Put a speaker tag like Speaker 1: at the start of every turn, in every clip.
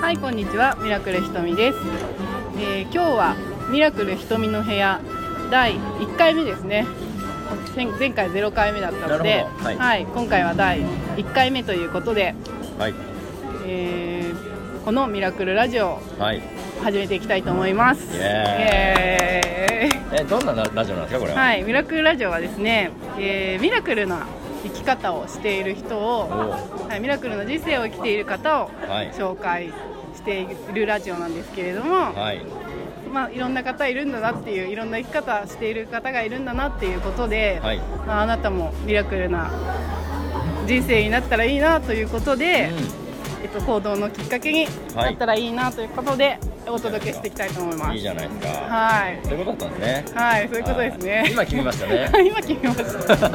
Speaker 1: はいこんにちはミラクルひとみです、えー今日はミラクルひとみの部屋第1回目ですね前前回0回目だったの
Speaker 2: な
Speaker 1: で
Speaker 2: る、ほどはい
Speaker 1: 今回は第1回目ということで、
Speaker 2: はい
Speaker 1: えーこのミラクルラジオを
Speaker 2: はい
Speaker 1: 始めていきたいと思います
Speaker 2: イ
Speaker 1: イエーイ
Speaker 2: えどんなララジオなんですかこれは、
Speaker 1: はい、ミラクルラジオはですね、えーミラクルな生き方をしている人を、
Speaker 2: お
Speaker 1: はい、ミラクルの人生を生きている方を
Speaker 2: はい
Speaker 1: 紹介しているラジオなんですけれども、
Speaker 2: はい
Speaker 1: まあ、いろんな方いるんだなっていういろんな生き方している方がいるんだなっていうことで、
Speaker 2: はい
Speaker 1: まあ、あなたもミラクルな人生になったらいいなということで、えっと、行動のきっかけになったらいいなということで、お届けしていきたいと思いま
Speaker 2: う
Speaker 1: す。
Speaker 2: ん、いいじゃないですか、
Speaker 1: はい
Speaker 2: そういうことだったんですね
Speaker 1: はい、そういうことですね
Speaker 2: は。い今決めまし たね
Speaker 1: 今決めました。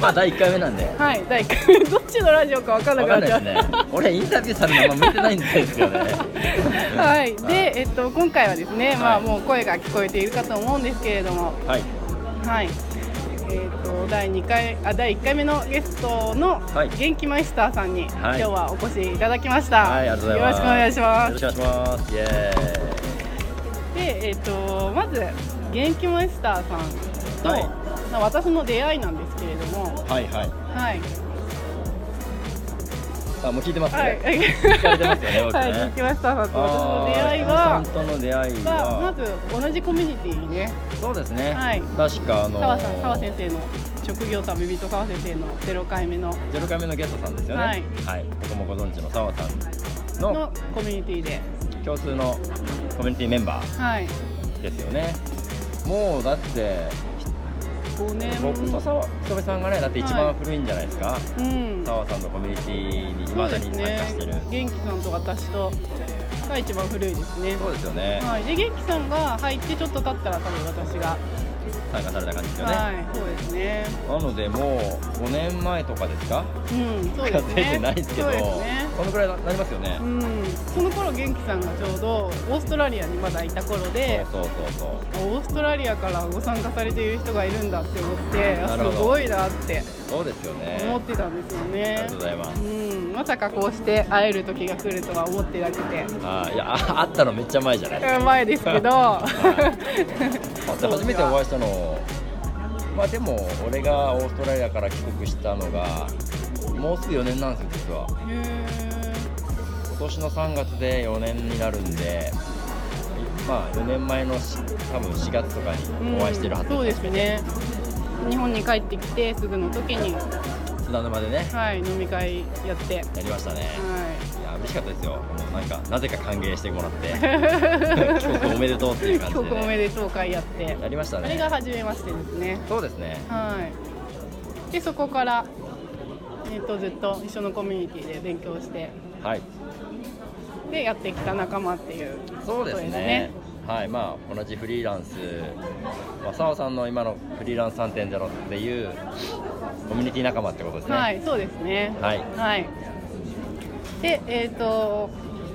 Speaker 2: まあ第1回目なんで
Speaker 1: はい、第1回 どっちのラジオか分からな
Speaker 2: 分
Speaker 1: く
Speaker 2: か
Speaker 1: なんっち
Speaker 2: ないで
Speaker 1: ゃう
Speaker 2: すね俺インタビューされるのあんま向いてないんですよね
Speaker 1: はい、で、えっと、今回はですね、まあ、
Speaker 2: はい
Speaker 1: もう声が聞こえているかと思うんですけれども。
Speaker 2: はい
Speaker 1: はい、えっと、第2回、あ、第1回目のゲストの
Speaker 2: はい
Speaker 1: 元気マイスターさんに、今
Speaker 2: はい
Speaker 1: 日はお越しいただきました。
Speaker 2: はいありがとうございま
Speaker 1: よ
Speaker 2: す
Speaker 1: ろしくお願いしま
Speaker 2: よ
Speaker 1: す。
Speaker 2: ろしくお願いしますイエ
Speaker 1: で、えっと、まず、元気マイスターさんと、
Speaker 2: はい
Speaker 1: まあ私の出会いなんですけれども。
Speaker 2: ーイはいはい
Speaker 1: はい。
Speaker 2: あもう聞いてますね、
Speaker 1: はい、
Speaker 2: 聞かれてますよね僕ね
Speaker 1: はい、元気マイスターさんと私の出会い
Speaker 2: あ
Speaker 1: は
Speaker 2: ー。さんとの出会い
Speaker 1: がま
Speaker 2: は
Speaker 1: ず同じコミュニティにね
Speaker 2: そうですね、
Speaker 1: はい
Speaker 2: 確かあの
Speaker 1: 澤さん澤先生の職業旅人澤先生の0回目の
Speaker 2: ゼロ回目のゲストさんですよね。
Speaker 1: はい
Speaker 2: 僕もご存知の澤さんの
Speaker 1: のコミュニティで
Speaker 2: 共通のコミュニティメンバ
Speaker 1: はい
Speaker 2: ーですよね。もうだって
Speaker 1: 5年
Speaker 2: 僕と澤ひとさんがねだって一
Speaker 1: は
Speaker 2: 番
Speaker 1: い
Speaker 2: 古いんじゃないですか。
Speaker 1: うん
Speaker 2: 澤さんのコミュニティに
Speaker 1: そ
Speaker 2: 未
Speaker 1: う
Speaker 2: だ
Speaker 1: です
Speaker 2: に参加している
Speaker 1: ね。元気さんと私とが一番古いですね
Speaker 2: そうですよね。
Speaker 1: はいで元気さんが入ってちょっと経ったら多分私が
Speaker 2: 参加された感じですよね。
Speaker 1: はいそうですね
Speaker 2: なのでもう5年前とかですか？
Speaker 1: うんそうですね
Speaker 2: 数えてないですけ
Speaker 1: そ
Speaker 2: ど、
Speaker 1: うですね
Speaker 2: このくらいになりますよね
Speaker 1: う。んその頃元気さんがちょうどオーストラリアにまだいた頃で
Speaker 2: そうそうそうそう。
Speaker 1: オーストラリアからご参加されている人がいるんだって思ってあ
Speaker 2: な
Speaker 1: す
Speaker 2: るほど
Speaker 1: ごいなって
Speaker 2: そうですよね。
Speaker 1: 思ってたんですよ
Speaker 2: あり
Speaker 1: ね
Speaker 2: がとうございます。
Speaker 1: うんまさかこうして会える時が来るとは思ってなくて
Speaker 2: あーいやああったのめっちゃ前じゃないですか。
Speaker 1: 前です けど
Speaker 2: で初めてお会いしたのまあでも俺がオーストラリアから帰国したのがもうすぐ4年なんですよ実は
Speaker 1: へー
Speaker 2: 今年の3月で4年になるんでまあ4年前のし多分4月とか
Speaker 1: うん
Speaker 2: にお会いしてるはず
Speaker 1: そう
Speaker 2: で
Speaker 1: ですすね日本に帰ってきてすぐの時に、
Speaker 2: 津田沼でね
Speaker 1: はい、飲み会やって、
Speaker 2: やりました
Speaker 1: は
Speaker 2: ね
Speaker 1: い
Speaker 2: や嬉しかったですよもうなんかなぜか歓迎してもらって 帰国おめでとうってい
Speaker 1: い、
Speaker 2: う感じ
Speaker 1: 帰
Speaker 2: で
Speaker 1: 国
Speaker 2: ね、
Speaker 1: おめでとう会やって
Speaker 2: やりました
Speaker 1: あれが
Speaker 2: ね
Speaker 1: 初めましてですね
Speaker 2: そうですね
Speaker 1: はい、でそこから、えー、とずっと一緒のコミュニティで勉強して
Speaker 2: はい
Speaker 1: でやってきた仲間っていう
Speaker 2: そうですねはいまあ同じフリーランス、まあ、澤さんの今のフリーランス3.0っていうコミュニティ仲間ってことですね
Speaker 1: はいそうですね
Speaker 2: はい
Speaker 1: はいでえっ、と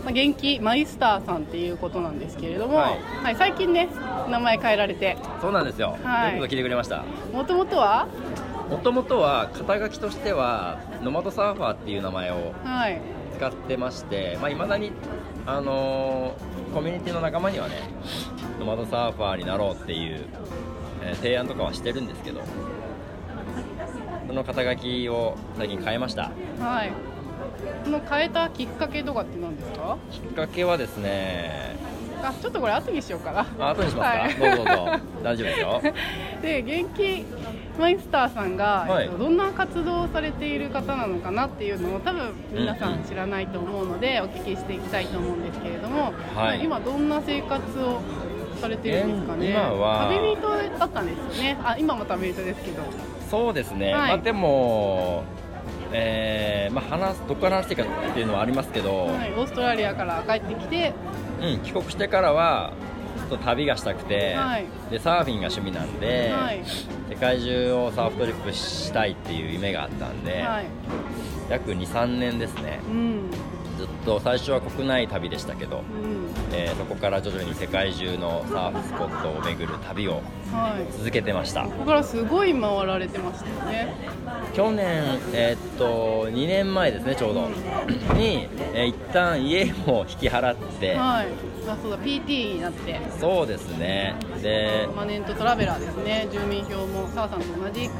Speaker 1: まあ元気マイスターさんっていうことなんですけれども、は
Speaker 2: はいい
Speaker 1: 最近ね名前変えられて
Speaker 2: そうなんですよ、
Speaker 1: はい
Speaker 2: よくぞ聞いてくれました
Speaker 1: もともとは
Speaker 2: もともとは肩書きとしてはノマドサーファーっていう名前を
Speaker 1: はい
Speaker 2: 使ってましてまあ、未だにあのーコミュニティの仲間にはねノマドサーファーになろうっていう、えー提案とかはしてるんですけどその肩書きを最近変えました
Speaker 1: はいこの変えたきっかけとかって何ですか
Speaker 2: きっかけはですね
Speaker 1: あちょっとこれ後にしようかな
Speaker 2: あ後にしますか、
Speaker 1: はい
Speaker 2: どうぞどうぞ大丈夫で すよ
Speaker 1: で元気マイスターさんが、
Speaker 2: はい
Speaker 1: えっとどんな活動をされている方なのかなっていうのを多分皆さん知らないと思うのでお聞きしていきたいと思うんですけれども、
Speaker 2: はい
Speaker 1: 今どんな生活をされてるんですかね
Speaker 2: 現今は
Speaker 1: 旅人だったんですよねあ今も旅人ですけど
Speaker 2: そうですね、
Speaker 1: はい
Speaker 2: まあでもえーまあ話すどこから話していいかっていうのはありますけど、
Speaker 1: はい、オーストラリアから帰ってきて
Speaker 2: うん、帰国してからはちょっと旅がしたくて、
Speaker 1: はい
Speaker 2: でサーフィンが趣味なんで、
Speaker 1: はい
Speaker 2: 世界中をサーフトリップしたいっていう夢があったんで、
Speaker 1: はい
Speaker 2: 約23年ですね
Speaker 1: うん
Speaker 2: ずっとと最初は国内旅でしたけど、
Speaker 1: うん
Speaker 2: えーそこから徐々に世界中のサーフスポットを巡る旅を
Speaker 1: はい
Speaker 2: 続けてました
Speaker 1: ここからすごい回られてましたよね
Speaker 2: 去年、えーっと2年前ですねちょうどに、えー一旦家を引き払って、
Speaker 1: はいあそうだ PT になって
Speaker 2: そうですねで
Speaker 1: マネントトラベラーですね住民票も澤さんと同じく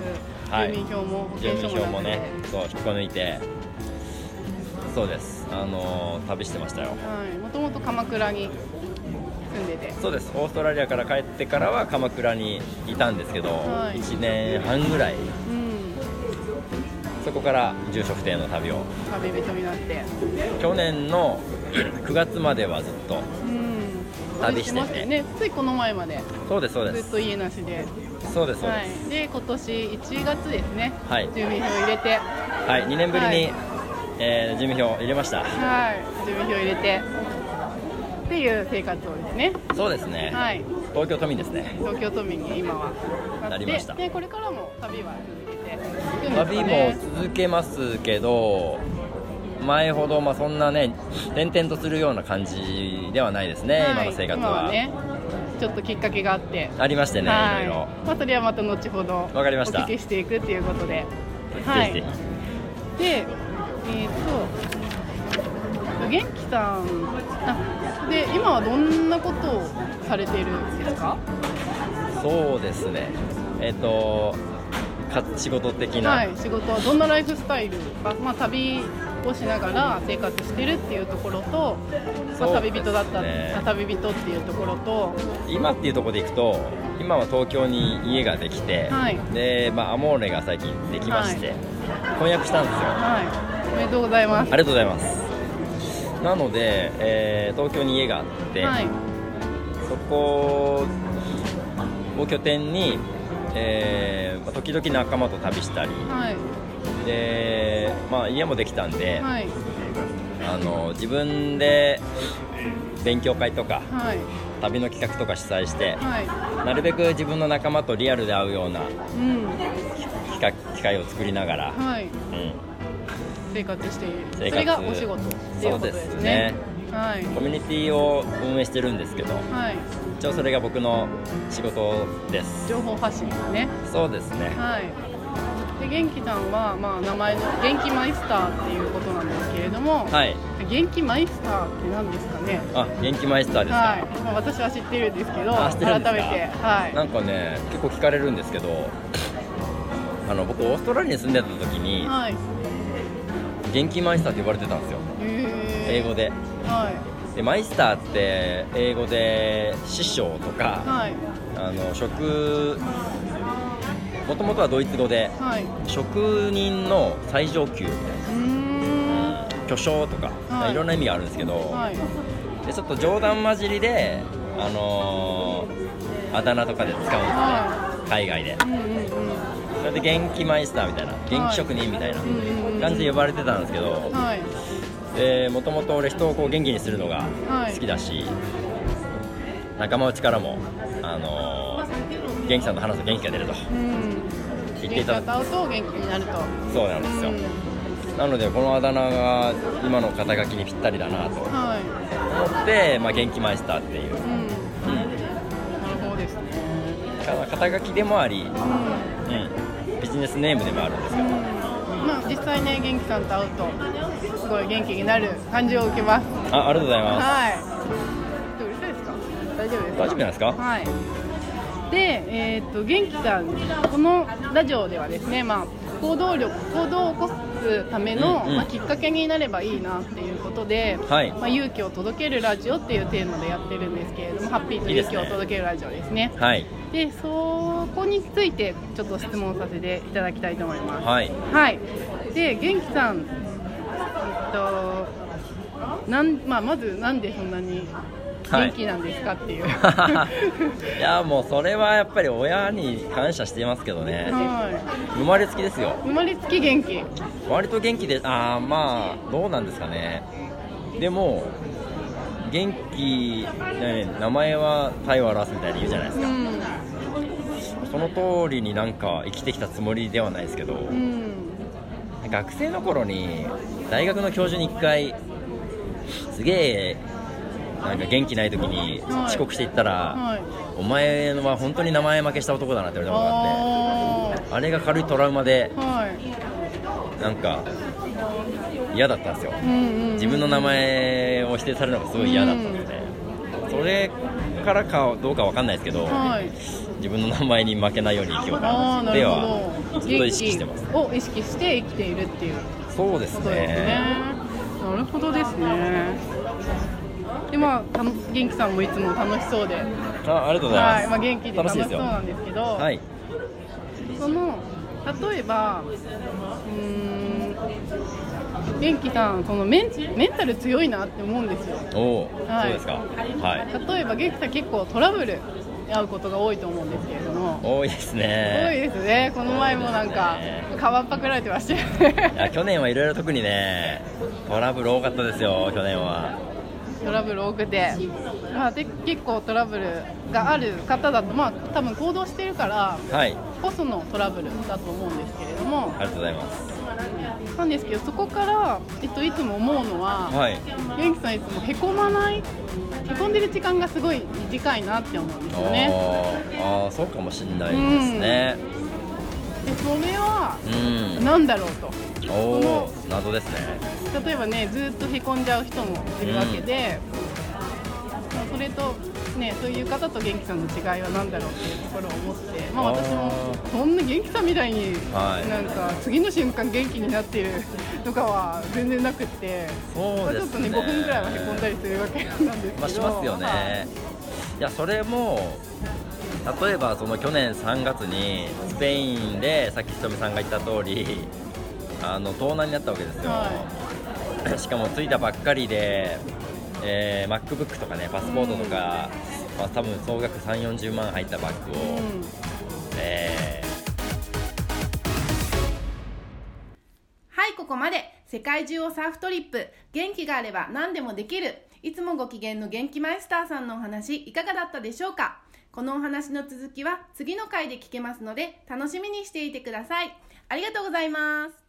Speaker 2: はい
Speaker 1: 住民票も保
Speaker 2: 住
Speaker 1: 険
Speaker 2: 民
Speaker 1: 証
Speaker 2: 票
Speaker 1: も
Speaker 2: も
Speaker 1: なく
Speaker 2: ね
Speaker 1: て
Speaker 2: そう引っこ抜いてそうですあのー旅してましたよ
Speaker 1: はいもともと鎌倉に住んでて
Speaker 2: そうですオーストラリアから帰ってからは鎌倉にいたんですけど、
Speaker 1: はい
Speaker 2: 1年半ぐらい
Speaker 1: うん
Speaker 2: そこから住所不定の旅を
Speaker 1: 旅人になって
Speaker 2: 去年の9月まではずっと
Speaker 1: うん
Speaker 2: 旅してね
Speaker 1: ましたよねついこの前まで
Speaker 2: そうですそうで
Speaker 1: ずっ
Speaker 2: す
Speaker 1: と家なしで
Speaker 2: そうですそう
Speaker 1: は
Speaker 2: です
Speaker 1: いで今年1月ですね
Speaker 2: はい、
Speaker 1: 住民票入れて
Speaker 2: はい、2年ぶりに、
Speaker 1: はい
Speaker 2: えー住民票を入れました
Speaker 1: はい住民票入れてっていう生活をですね
Speaker 2: そうですね、
Speaker 1: はい
Speaker 2: 東京都民ですね
Speaker 1: 東京都民に今はって
Speaker 2: なりました
Speaker 1: でこれからも旅は続けていくんですか
Speaker 2: 旅も
Speaker 1: ね
Speaker 2: 続けますけど前ほど、まあ、そんなね転々とするような感じではないです
Speaker 1: は
Speaker 2: ね、
Speaker 1: い
Speaker 2: 今の生活
Speaker 1: 今
Speaker 2: は
Speaker 1: はねちょっときっかけがあって
Speaker 2: ありましてね、
Speaker 1: はい
Speaker 2: いろいろ
Speaker 1: まあ、それはまた後ほどお
Speaker 2: かりました
Speaker 1: 聞きしていくっていうことで
Speaker 2: ぜひぜ
Speaker 1: でえっと元気さんあで今はどんなことをされてるんですか
Speaker 2: ひそうですねえっ、とか仕事的な、
Speaker 1: はい仕事はどんなライフスタイルか、まあ、旅をしながら生活してるっていうところと、まあ、
Speaker 2: そう
Speaker 1: 旅人だった、
Speaker 2: ですね
Speaker 1: あ旅人っていうところと
Speaker 2: 今っていうところでいくと今は東京に家ができて、
Speaker 1: はい
Speaker 2: で、まあ、アモーレが最近できまして、婚約したんですよ
Speaker 1: はいおめでとうございます
Speaker 2: ありがとうございますなので、えー東京に家があって、
Speaker 1: はい
Speaker 2: そこを拠点に、えーまあ時々仲間と旅したり
Speaker 1: はい
Speaker 2: で、まあ、家もできたんで、
Speaker 1: はい
Speaker 2: あの自分で勉強会とか
Speaker 1: はい
Speaker 2: 旅の企画とか主催して
Speaker 1: はい
Speaker 2: なるべく自分の仲間とリアルで会うような
Speaker 1: うん
Speaker 2: 機会機会を作りながら、
Speaker 1: はい
Speaker 2: うん、
Speaker 1: 生活しているそ
Speaker 2: 生活
Speaker 1: れがお仕事っていうことですねはい
Speaker 2: コミュニティを運営してるんですけど
Speaker 1: はい
Speaker 2: 一応それが僕の仕事です
Speaker 1: 情報発信ですね
Speaker 2: そうですね
Speaker 1: はいで元気さんは、まあ、名前の元気マイスターっていうことなんですけれども、
Speaker 2: はい
Speaker 1: 元気マイスターって何ですかね
Speaker 2: あ元気マイスターですか、
Speaker 1: はい、まあ、私は知ってるんですけど
Speaker 2: あ知ってるんです
Speaker 1: 改
Speaker 2: か
Speaker 1: めてはい
Speaker 2: なんかね結構聞かれるんですけどあの僕オーストラリアに住んでた時に
Speaker 1: はい
Speaker 2: 元気マイスターって呼ばれてたんですよ英
Speaker 1: 英
Speaker 2: 語で
Speaker 1: はい
Speaker 2: でマイスターって英語で師匠とか
Speaker 1: はい
Speaker 2: あの職もともとはドイツ語で
Speaker 1: はい
Speaker 2: 職人の最上級みたいう
Speaker 1: ーん
Speaker 2: な巨匠とか、
Speaker 1: はい
Speaker 2: い、ろんな意味があるんですけど、
Speaker 1: はい
Speaker 2: でちょっと冗談交じりであのーあだ名とかで使うんですよね、
Speaker 1: は
Speaker 2: 海外で
Speaker 1: うんうんうん
Speaker 2: それで元気マイスターみたいな元気職人みたいな
Speaker 1: うんうん
Speaker 2: 感じで呼ばれてたんですけど
Speaker 1: はい
Speaker 2: でもともと俺人をこう元気にするのが
Speaker 1: はい
Speaker 2: 好きだし、仲間内からも、あのー元気さんの話すと元気が出ると
Speaker 1: うん元
Speaker 2: 言って
Speaker 1: 気
Speaker 2: いた
Speaker 1: が
Speaker 2: だ
Speaker 1: 歌うと元気になると
Speaker 2: そうなんですよ、
Speaker 1: うん
Speaker 2: なのでこのあだ名が今の肩書きにぴったりだなと思
Speaker 1: はい
Speaker 2: って、まあ、元気マイスターっていう、
Speaker 1: うんなるほどですね
Speaker 2: か肩書きでもあり、
Speaker 1: うん、うん
Speaker 2: うん、ビジネスネームでもあるんですけど
Speaker 1: まあ、実際ね元気さんと会うとすごい元気になる感じを受けます
Speaker 2: あありがとうございます
Speaker 1: はい。うるさいですか。大丈夫ですか。
Speaker 2: 大丈夫じゃないですか
Speaker 1: はい。で、えーっ、と元気さんこのラジオではですね、まあ行動力行動を起こすための、
Speaker 2: うんうん
Speaker 1: まあきっかけになればいいなっていうことで、
Speaker 2: はい
Speaker 1: まあ勇気を届けるラジオっていうテーマでやってるんですけれども、ハッピーと
Speaker 2: いいで
Speaker 1: 勇
Speaker 2: す
Speaker 1: 気
Speaker 2: ね
Speaker 1: を届けるラジオですね。
Speaker 2: はい
Speaker 1: で、そこについてちょっと質問させていただきたいと思います。
Speaker 2: はい
Speaker 1: はい。で、元気さん、えっと、なん、まあ、まずなんでそんなに
Speaker 2: はい
Speaker 1: 元気なんですかって いう。
Speaker 2: いやもうそれはやっぱり親に感謝していますけどね、
Speaker 1: は
Speaker 2: 生まれつきですよ
Speaker 1: い。生まれつき元気。
Speaker 2: 割と元気でああまあどうなんですかねでも元気、ね、名前は体を表すみたいに言うじゃないです
Speaker 1: う
Speaker 2: か、
Speaker 1: ん。
Speaker 2: その通りになんか生きてきたつもりではないですけど、
Speaker 1: うん。
Speaker 2: 学生の頃に大学の教授に一回すげえなんか元気ない時に
Speaker 1: はい
Speaker 2: 遅刻していったら、
Speaker 1: はい
Speaker 2: お前は本当に名前負けした男だなって言われたことがあっ
Speaker 1: あ
Speaker 2: てあれが軽いトラウマで
Speaker 1: ーはい
Speaker 2: なんか嫌だったんですよ
Speaker 1: うんうん
Speaker 2: 自分の名前を否定されるのがすごい嫌だったんですよね、それからかどうかわかんないですけど、
Speaker 1: はい
Speaker 2: 自分の名前に負けないように生きようか
Speaker 1: あ
Speaker 2: な
Speaker 1: あ
Speaker 2: っ
Speaker 1: な
Speaker 2: て
Speaker 1: る
Speaker 2: は
Speaker 1: ほど
Speaker 2: ずっと意識してます
Speaker 1: 元気を意識して生きているっていう
Speaker 2: そうです
Speaker 1: ことですね
Speaker 2: ね
Speaker 1: なるほどですねでまあたの元気さんもいつも楽しそうで
Speaker 2: あありがとうございます、
Speaker 1: はいまあ、元気で楽しそうなんですけど
Speaker 2: はい
Speaker 1: その例えばうーん元気さんそのメンメンタル強いなって思うんですよ
Speaker 2: おお、
Speaker 1: はい
Speaker 2: そうですかはい
Speaker 1: 例えば元気さん結構トラブルに遭うことが多いと思うんですけれども
Speaker 2: 多いですね
Speaker 1: 多いですねこの前もなんか
Speaker 2: そうです
Speaker 1: かばっぱくられてましたよね
Speaker 2: いや去年はいろいろ特にねトラブル多かったですよ去年は
Speaker 1: トラブル多くて、まあ、で結構トラブルがある方だと、まあ、多分行動してるから
Speaker 2: はい
Speaker 1: こそのトラブルだと思うんですけれども
Speaker 2: ありがとうございます
Speaker 1: なんですけどそこから、えっと、いつも思うのは、
Speaker 2: はい
Speaker 1: 元気さんいつもへこまないへこんでる時間がすごい短いなって思うんですよね
Speaker 2: あーあーそうかもしれないですね
Speaker 1: でそれは
Speaker 2: うん、
Speaker 1: 何だろうと
Speaker 2: おお
Speaker 1: こ
Speaker 2: 謎ですね
Speaker 1: 例えばねずっとへこんじゃう人もいるわけで、まあそれとねそういう方と元気さんの違いは何だろうっていうところを思って、まあ、
Speaker 2: あー
Speaker 1: 私もそんな元気さんみたいに、
Speaker 2: はい
Speaker 1: なんか次の瞬間元気になってるとかは全然なくって。
Speaker 2: そ
Speaker 1: ま
Speaker 2: う
Speaker 1: あち
Speaker 2: で
Speaker 1: ょっ
Speaker 2: す
Speaker 1: と
Speaker 2: ね
Speaker 1: ね5分ぐらいはへこんだりするわけなんですけど、
Speaker 2: まあしますよねいやそれも例えばその去年3月にスペインでさっきひとみさんが言った通り あの盗難になったわけですよ、
Speaker 1: は
Speaker 2: しかも着いたばっかりで、えー MacBook とかねパスポートとか、まあ、多分総額3 4 0万入ったバッグを、
Speaker 1: はいうん
Speaker 2: え
Speaker 3: はい、ここまで。世界中をサーフトリップ。元気があれば何でもできる。いつもご機嫌の元気マイスターさんのお話、いかがだったでしょうかこのお話の続きは次の回で聞けますので、楽しみにしていてください。ありがとうございます。